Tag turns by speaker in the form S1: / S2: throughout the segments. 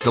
S1: The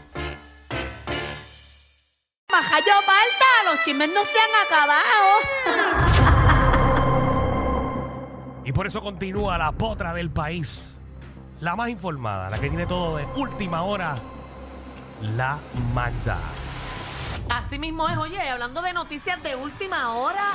S2: Majayo Balta, los chismes no se han acabado.
S3: Y por eso continúa la potra del país. La más informada, la que tiene todo de última hora. La Magda.
S2: Así mismo es, oye, hablando de noticias de última hora,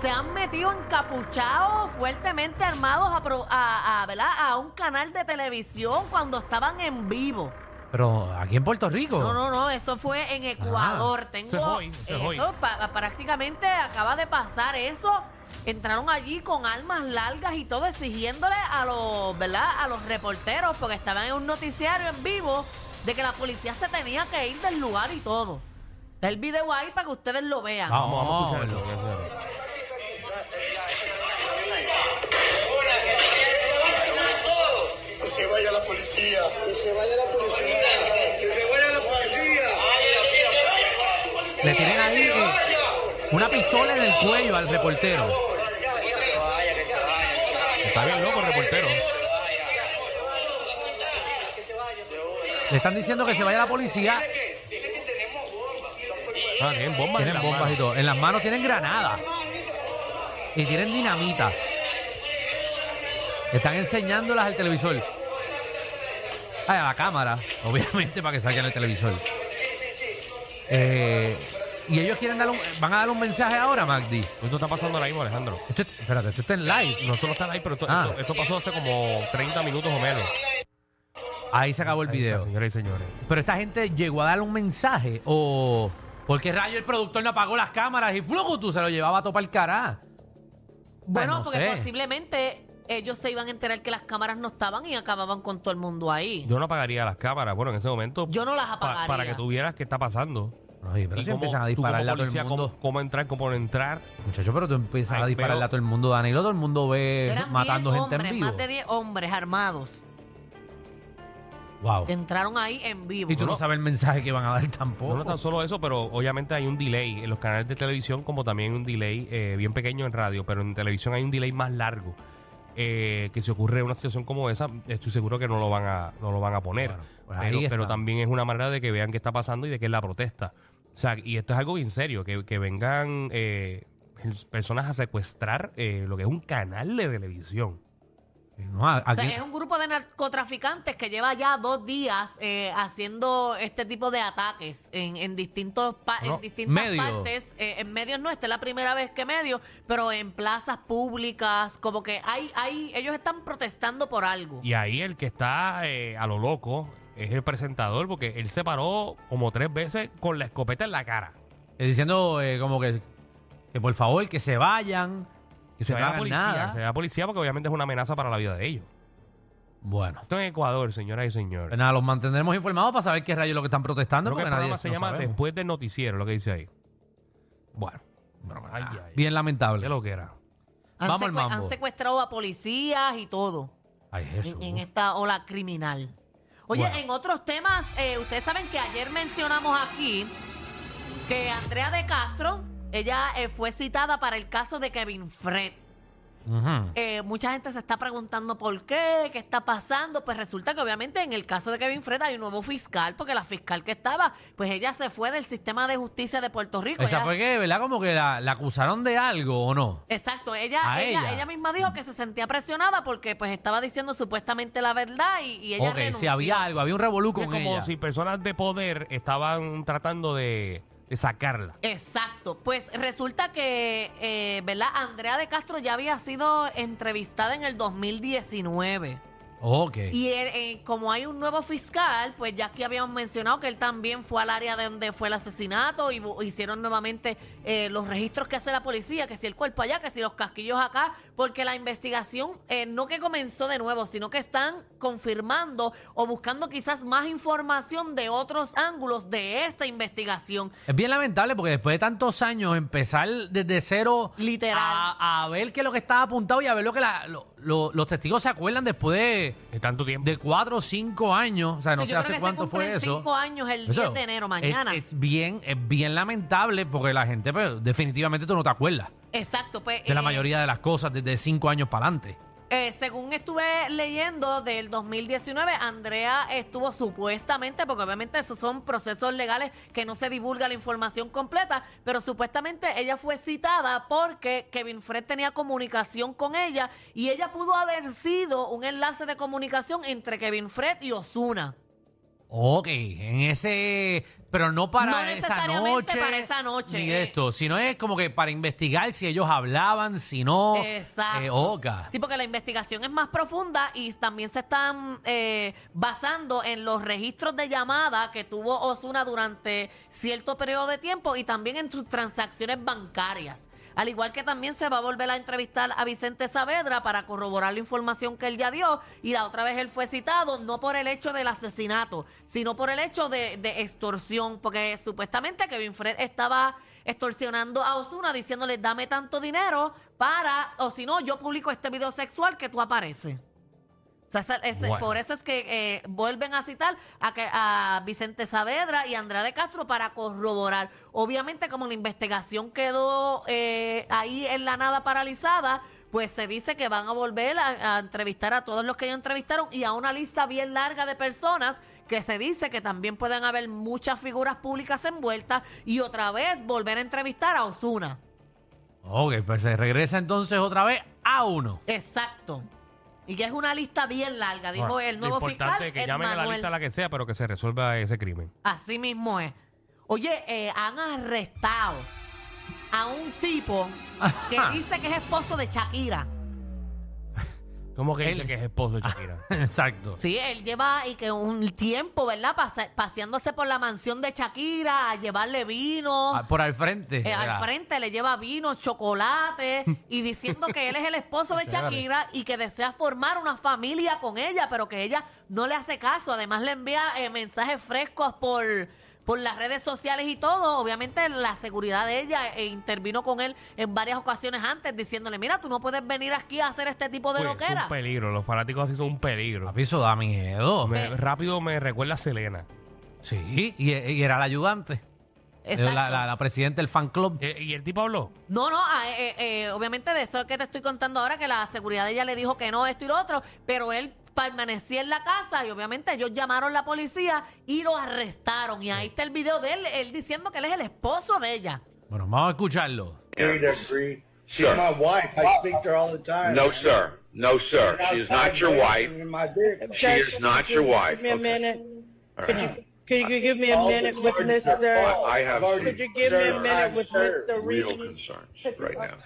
S2: se han metido encapuchados, fuertemente armados a, pro- a- a, ¿verdad? a un canal de televisión cuando estaban en vivo.
S4: Pero aquí en Puerto Rico.
S2: No, no, no, eso fue en Ecuador. Tengo
S3: eso es hoy, eso es hoy.
S2: pa- prácticamente acaba de pasar eso. Entraron allí con armas largas y todo exigiéndole a los, ¿verdad? A los reporteros porque estaban en un noticiario en vivo de que la policía se tenía que ir del lugar y todo. Está el video ahí para que ustedes lo vean.
S4: Vamos, vamos a
S3: Escucha
S4: escuchar
S3: eso.
S5: Que se vaya la policía. Que se vaya la policía. Que se vaya la policía.
S4: eso. Le tienen ahí eh, una pistola en el cuello al reportero. Está bien loco el reportero. Le están diciendo que se vaya la policía.
S3: Ah, tienen bombas. en
S4: Tienen
S3: las
S4: bombas y
S3: manos.
S4: todo. En las manos tienen granadas. Y tienen dinamita. Están enseñándolas al televisor. Ay, a la cámara, obviamente, para que salgan el televisor. Eh, y ellos quieren dar un, van a dar un mensaje ahora, Magdi.
S3: Esto está pasando ahora mismo, Alejandro.
S4: Esto, es- espérate, esto está en live.
S3: No solo está live, pero esto,
S4: Ah.
S3: esto- esto pasó hace como 30 minutos o menos.
S4: Ahí se acabó el
S3: Ahí está,
S4: video.
S3: Señoras y señores.
S4: Pero esta gente llegó a dar un mensaje o... porque rayo el productor no apagó las cámaras y tú se lo llevaba a topar cara?
S2: bueno,
S4: no
S2: porque
S4: sé.
S2: posiblemente ellos se iban a enterar que las cámaras no estaban y acababan con todo el mundo ahí.
S3: Yo no apagaría las cámaras. Bueno, en ese momento.
S2: Yo no las
S3: pa-
S2: apagaría.
S3: para que tú vieras qué está pasando.
S4: Oye, pero
S3: Y
S4: si
S3: cómo-
S4: empiezan a
S3: tú como
S4: dispararle a todo el
S3: policía,
S4: mundo.
S3: Cómo, cómo entrar, cómo no entrar.
S4: Muchachos, pero tú empiezas
S3: Ay,
S4: a dispararle
S3: pero-
S4: a todo el mundo, Danilo. Todo el mundo ve
S2: Eran
S4: matando
S2: 10
S4: gente
S2: hombres,
S4: en vivo.
S2: más de 10 hombres armados
S4: Wow.
S2: que entraron ahí en vivo.
S4: Y tú no sabes el mensaje que van a dar tampoco.
S3: No, no tan solo eso, pero obviamente hay un delay en los canales de televisión, como también un delay eh, bien pequeño en radio, pero en televisión hay un delay más largo. Eh, que si ocurre una situación como esa, estoy seguro que no lo van a, no lo van a poner.
S4: Bueno, pues ahí
S3: pero, pero
S4: está.
S3: también es una manera de que vean qué está pasando y de qué es la protesta. O sea, y esto es algo bien serio, que, que vengan eh, personas a secuestrar eh, lo que es un canal de televisión.
S4: No, a-
S2: O sea,
S4: aquí-
S2: es un grupo de narcotraficantes que lleva ya dos días eh, haciendo este tipo de ataques en, en distintos pa-
S4: No,
S2: en distintas
S4: medios.
S2: partes. eh, en medios no, esta es la primera vez que medios, pero en plazas públicas, como que hay, hay, ellos están protestando por algo.
S3: Y ahí el que está eh, a lo loco es el presentador, porque él se paró como tres veces con la escopeta en la cara.
S4: eh, diciendo eh, como que, que por favor que se vayan, que
S3: se
S4: no
S3: vaya la
S4: hagan
S3: policía,
S4: nada.
S3: que se vaya la policía porque obviamente es una amenaza para la vida de ellos.
S4: Bueno,
S3: Esto en Ecuador, señoras y señores.
S4: pues nada, los mantendremos informados para saber qué rayos es lo que están protestando.
S3: Creo que
S4: porque
S3: el
S4: nadie
S3: programa se
S4: no
S3: llama
S4: sabemos.
S3: Después del Noticiero, lo que dice ahí. Bueno, ay, ay,
S4: Bien lamentable.
S3: qué lo que era.
S2: han,
S4: vamos al mambo.
S2: han secuestrado a policías y todo
S3: Ay, Jesús.
S2: en, en esta ola criminal. Oye,
S4: Bueno.
S2: en otros temas, eh, ustedes saben que ayer mencionamos aquí que Andrea de Castro, ella eh, fue citada para el caso de Kevin Fred.
S4: Ujú.
S2: Eh, mucha gente se está preguntando por qué, qué está pasando. Pues resulta que obviamente en el caso de Kevin Fred hay un nuevo fiscal, porque la fiscal que estaba, pues ella se fue del sistema de justicia de Puerto Rico.
S4: Esa
S2: Ella-
S4: fue que, ¿verdad? Como que la, la acusaron de algo o no.
S2: Exacto, ella
S4: A
S2: ella,
S4: ella.
S2: ella misma dijo que se sentía presionada porque pues estaba diciendo supuestamente la verdad y, y ella
S4: ok,
S2: renunció.
S4: si había algo, había un revolú
S3: Es
S4: con
S3: como
S4: ella.
S3: si personas de poder estaban tratando de, de sacarla.
S2: Exacto, pues resulta que, eh, ¿verdad? Andrea de Castro ya había sido entrevistada en el 2019.
S4: Ok.
S2: Y él, eh, como hay un nuevo fiscal, pues ya aquí habíamos mencionado que él también fue al área de donde fue el asesinato y bu- hicieron nuevamente eh, los registros que hace la policía, que si el cuerpo allá, que si los casquillos acá, porque la investigación eh, no que comenzó de nuevo, sino que están confirmando o buscando quizás más información de otros ángulos de esta investigación.
S4: Es bien lamentable porque después de tantos años empezar desde cero
S2: Literal.
S4: A, a ver qué es lo que estaba apuntado y a ver lo que la- lo- lo- los testigos se acuerdan después de,
S3: De tanto tiempo.
S4: de cuatro o cinco años. O sea, no
S2: Sí,
S4: sé
S2: yo creo
S4: hace
S2: que
S4: cuánto
S2: se
S4: fue
S2: cumplen
S4: eso.
S2: cinco años el
S4: Eso
S2: 10 de enero, mañana.
S4: Es, es bien, es bien lamentable porque la gente, pues, definitivamente tú no te acuerdas
S2: Exacto, pues.
S4: de la
S2: eh,
S4: mayoría de las cosas desde cinco años para adelante.
S2: Eh, según estuve leyendo del 2019, Andrea estuvo supuestamente, porque obviamente esos son procesos legales que no se divulga la información completa, pero supuestamente ella fue citada porque Kevin Fred tenía comunicación con ella y ella pudo haber sido un enlace de comunicación entre Kevin Fred y Osuna.
S4: Ok, en ese. Pero no para
S2: No
S4: esa
S2: necesariamente
S4: noche.
S2: para esa noche,
S4: Ni
S2: eh.
S4: esto, sino es como que para investigar si ellos hablaban, si no.
S2: Exacto.
S4: Eh, oca.
S2: Sí, porque la investigación es más profunda y también se están eh, basando en los registros de llamada que tuvo Osuna durante cierto periodo de tiempo y también en sus transacciones bancarias. Al igual que también se va a volver a entrevistar a Vicente Saavedra para corroborar la información que él ya dio. Y la otra vez él fue citado no por el hecho del asesinato, sino por el hecho de, de extorsión. Porque supuestamente Kevin Fred estaba extorsionando a Osuna diciéndole dame tanto dinero para, o si no, yo publico este video sexual que tú apareces. O sea, esa- ese-
S3: Bueno.
S2: Por eso es que eh, vuelven a citar a, que- a Vicente Saavedra y Andrea de Castro para corroborar. Obviamente, como la investigación quedó eh, ahí en la nada paralizada, pues se dice que van a volver a, a entrevistar a todos los que ya entrevistaron y a una lista bien larga de personas que se dice que también pueden haber muchas figuras públicas envueltas y otra vez volver a entrevistar a Osuna.
S4: Ok, pues se regresa entonces otra vez a uno.
S2: Exacto. Y que es una lista bien larga, dijo
S3: Ahora,
S2: el nuevo
S3: lo importante
S2: fiscal.
S3: es que
S2: Ed
S3: llamen a la
S2: Manuel.
S3: lista la que sea, pero que se resuelva ese crimen.
S2: Así mismo es. Oye, eh, han arrestado a un tipo que
S4: Ajá.
S2: dice que es esposo de Shakira.
S3: ¿Cómo que
S4: Él-
S3: dice que es esposo de Shakira?
S4: Exacto.
S2: Sí, él lleva y que un tiempo, ¿verdad? Pase- paseándose por la mansión de Shakira a llevarle vino.
S4: Ah, Por al frente.
S2: Eh,
S4: era.
S2: al frente le lleva vino, chocolate y diciendo que él es el esposo de
S4: Chévere.
S2: Shakira y que desea formar una familia con ella, pero que ella no le hace caso. Además le envía eh, mensajes frescos por por las redes sociales y todo, obviamente la seguridad de ella eh, intervino con él en varias ocasiones antes diciéndole, mira, tú no puedes venir aquí a hacer este tipo de
S4: Pues,
S3: Oye, Pues, es
S2: loquera.
S3: un peligro. Los fanáticos así son un peligro.
S4: Papi, eso da miedo.
S2: eh.
S3: Me- rápido me recuerda a Selena.
S4: Sí, y, y era la ayudante. Eh,
S2: Exacto.
S4: La, la- la presidenta del fan club.
S3: Eh, ¿Y el tipo habló?
S2: No, no, ah, eh, eh, eh, obviamente de eso que te estoy contando ahora, que la seguridad de ella le dijo que no, esto y lo otro, pero él permanecía en la casa y obviamente ellos llamaron a la policía y lo arrestaron. Y ahí está el video de él, él diciendo que él es el esposo de ella.
S4: Bueno, vamos a escucharlo.
S6: Agree to agree. She's
S7: Sure.
S6: my wife. I speak to her all the time.
S7: No, sir. No, sir. She is not your wife.
S6: In my vehicle.
S7: She is not your wife.
S8: Give me a
S7: Okay.
S8: minute.
S7: All
S8: Could
S7: right.
S8: you, could you give me a
S6: All the
S8: minute with
S6: cards are
S7: I,
S8: Mr.
S6: all-
S7: I have
S6: Could
S7: some
S8: Could you give me a minute with
S6: Sir.
S8: Mr.
S7: real
S8: Reed?
S7: concerns right now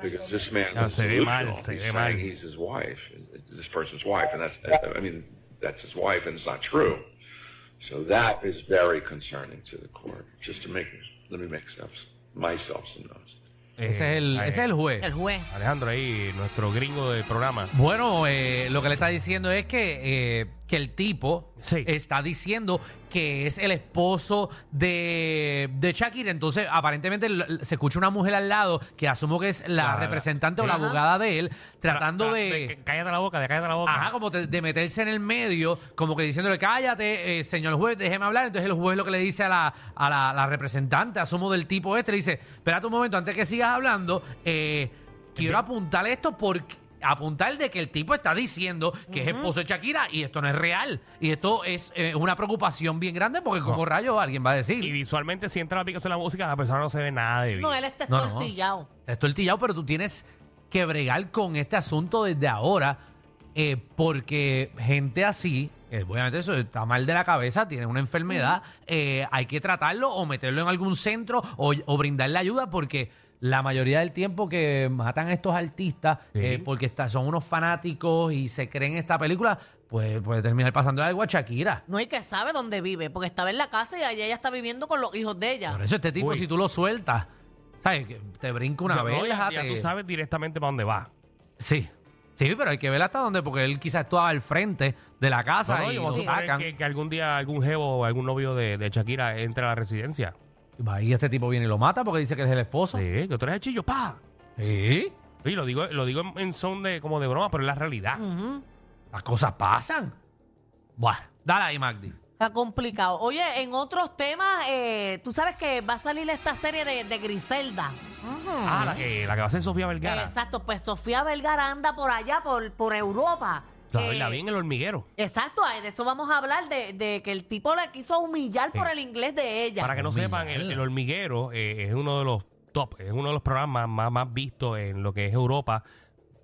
S7: because this man
S3: No,
S7: is
S3: se ve mal,
S7: delusional.
S3: se ve
S7: He's
S3: mal.
S7: saying he's his wife, this person's wife, and that's I mean that's his wife, and it's not true. So that is very concerning to the court. Just to make let me make self, myself some notes.
S4: Ese, es el,
S3: Eh,
S4: ese es el juez.
S2: El juez.
S3: Alejandro ahí, nuestro gringo del programa.
S4: Bueno, eh, lo que le está diciendo es que, eh, que el tipo
S3: Sí.
S4: está diciendo que es el esposo de, de Shakira. Entonces, aparentemente l- l- se escucha una mujer al lado que asumo que es la
S3: Ah,
S4: representante o la
S2: Ajá.
S4: abogada de él, tratando
S3: Ah,
S4: de...
S3: Cállate la boca, de cállate la boca.
S4: Ajá, como de, de meterse en el medio, como que diciéndole, cállate, eh, señor juez, déjeme hablar. Entonces el juez lo que le dice a la, a la, la representante, asumo del tipo este, le dice, espérate un momento, antes que sigas hablando, eh, quiero apuntar esto porque apuntar de que el tipo está diciendo que es esposo de Shakira y esto no es real. Y esto es eh, una preocupación bien grande porque como rayo alguien va a
S3: Y
S4: decir,
S3: visualmente, si entra la aplicación de la música, la persona no se ve nada de bien.
S2: No, él está
S4: No, no.
S2: estortillado.
S4: esto el tillado, pero tú tienes que bregar con este asunto desde ahora eh, porque gente así Eh, obviamente eso está mal de la cabeza, tiene una enfermedad, eh, hay que tratarlo o meterlo en algún centro o, o brindarle ayuda porque la mayoría del tiempo que matan a estos artistas
S3: Sí.
S4: eh, porque está- son unos fanáticos y se creen esta película, pues puede terminar pasando algo a Shakira.
S2: No hay que sabe dónde vive, porque estaba en la casa y allá ella está viviendo con los hijos de ella.
S4: Por eso este tipo,
S3: Uy.
S4: si tú lo sueltas, ¿sabes? Que Te brinca una
S3: Ya,
S4: vez.
S3: no, ya, ya tú sabes directamente para dónde va.
S4: Sí. Sí, pero hay que ver hasta dónde, porque él quizás actuaba al frente de la casa
S3: No, no,
S4: y
S3: yo voy a
S4: lo
S3: suponer
S4: sacan.
S3: que, que algún día algún jevo o algún novio de, de Shakira entre a la residencia.
S4: Va, Y este tipo viene y lo mata porque dice que él es el esposo.
S3: Sí, que tú eres el chillo, pa.
S4: Sí.
S3: Y lo digo, lo digo en, en son de como de broma, pero es la realidad.
S2: Ujú.
S4: Las cosas pasan. Buah, dale ahí, Magdi.
S2: Está complicado. Oye, en otros temas, eh, tú sabes que va a salir esta serie de, de Griselda.
S3: Ah, la que, la que va a ser Sofía Vergara.
S2: Exacto, pues Sofía Vergara anda por allá, por, por Europa.
S3: La,
S2: Eh,
S3: la vi en el hormiguero.
S2: Exacto, ay, de eso vamos a hablar, de, de que el tipo la quiso humillar por
S3: Sí.
S2: el inglés de ella.
S3: Para que no
S4: Hormiguero.
S3: sepan, el, el hormiguero eh, es uno de los top, es uno de los programas más, más vistos en lo que es Europa.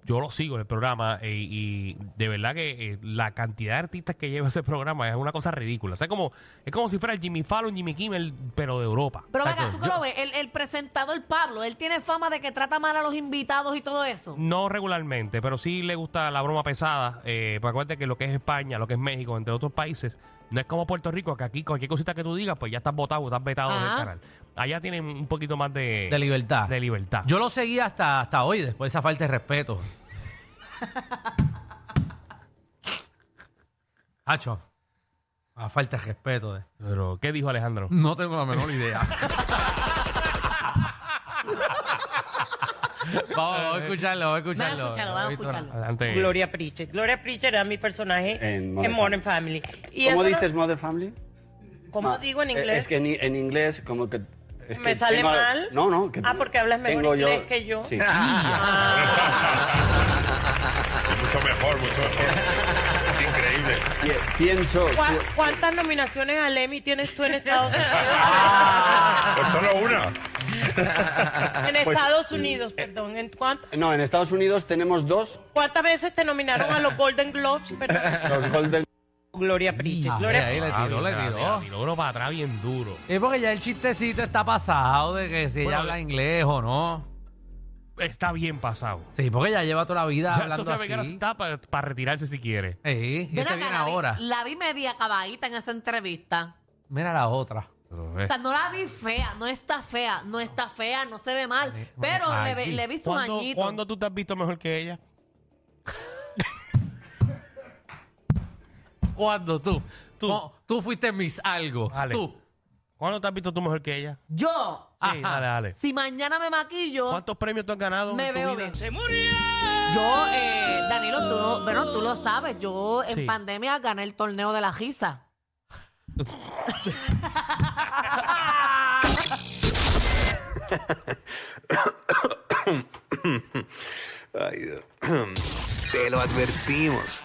S3: Yo lo sigo el programa eh, y de verdad que eh, la cantidad de artistas que lleva ese programa es una cosa ridícula. O sea, como, es como si fuera el Jimmy Fallon, Jimmy Kimmel, pero de Europa.
S2: Pero
S3: O sea,
S2: venga,
S3: que
S2: tú que
S3: yo-
S2: lo ves, el, el presentador Pablo, él tiene fama de que trata mal a los invitados y todo eso.
S3: No regularmente, pero sí le gusta la broma pesada. Eh, porque acuérdate que lo que es España, lo que es México, entre otros países, no es como Puerto Rico, que aquí cualquier cosita que tú digas, pues ya estás votado, estás vetado del
S2: Ajá.
S3: canal. Allá tienen un poquito más de,
S4: De libertad.
S3: de libertad.
S4: Yo lo seguí hasta, hasta hoy, después de esa falta de respeto. Hacho, a falta de respeto. eh. Mm.
S3: Pero, ¿qué dijo Alejandro?
S4: No tengo la menor idea. vamos, vamos a escucharlo, vamos
S2: Vamos
S4: a escucharlo.
S2: a escucharlo, vamos a
S4: Víctor,
S2: escucharlo.
S3: Adelante.
S8: Gloria Pritchett. Gloria Pritchett era mi personaje
S9: En
S8: en
S9: Modern
S8: Modern, Family. Y
S9: ¿Cómo
S8: eso no-
S9: dices Mother Family?
S8: ¿Cómo
S9: No,
S8: digo en
S9: eh,
S8: inglés?
S9: Es que en, en inglés como que... es
S8: ¿Me
S9: que
S8: sale
S9: tengo-
S8: mal?
S9: No, no. que
S8: Ah, porque hablas mejor
S9: tengo
S8: inglés que yo.
S9: Sí.
S7: Ah. Mucho mejor, mucho mejor. Increíble.
S9: Pi- Pienso...
S8: ¿Cuá- ¿Cuántas nominaciones al Emmy tienes tú en Estados Unidos?
S7: Pues solo una. Pues,
S8: en Estados Unidos, perdón. ¿En cuánt-
S9: No, en Estados Unidos tenemos dos,
S8: ¿Cuántas veces te nominaron a los Golden Globes? Perdón.
S9: los Golden...
S8: Gloria Pritchett.
S4: Ah,
S8: Gloria
S4: ahí le
S3: Ah,
S4: tiró, le
S3: mira,
S4: tiró.
S3: mira, tiró uno para atrás bien duro.
S4: Es porque ya el chistecito está pasado de que si
S3: Bueno,
S4: ella habla inglés o no.
S3: Está bien pasado.
S4: Sí, porque ya lleva toda la vida
S3: Ya
S4: hablando
S3: Sofía Vergara
S4: así.
S3: está para retirarse si quiere.
S4: Sí, y
S2: Ven
S4: este
S2: acá,
S4: viene
S2: la vi-
S4: ahora.
S2: la vi media acabadita en esa entrevista.
S4: Mira la otra.
S3: Pero,
S2: O
S3: eh,
S2: sea, no la vi fea, no está fea, no está fea, no se ve mal, pero le, ve-
S4: allí.
S2: le vi su
S3: ¿Cuándo,
S2: añito.
S3: cuándo tú te has visto mejor que ella? ¿Cuándo tú? Tú.
S4: No, tú fuiste mis algo.
S3: Dale.
S4: Tú.
S3: ¿Cuándo te has visto tú mejor que ella?
S2: Yo,
S3: Sí, dale, dale.
S2: si mañana me maquillo,
S3: ¿Cuántos premios tú has ganado?
S2: me
S3: en tu
S2: veo
S3: vida?
S2: bien. Yo, eh, Danilo, tú lo, bueno, tú lo sabes, yo
S3: Sí.
S2: en pandemia gané el torneo de la gisa.
S10: Ay, Dios. Te lo advertimos.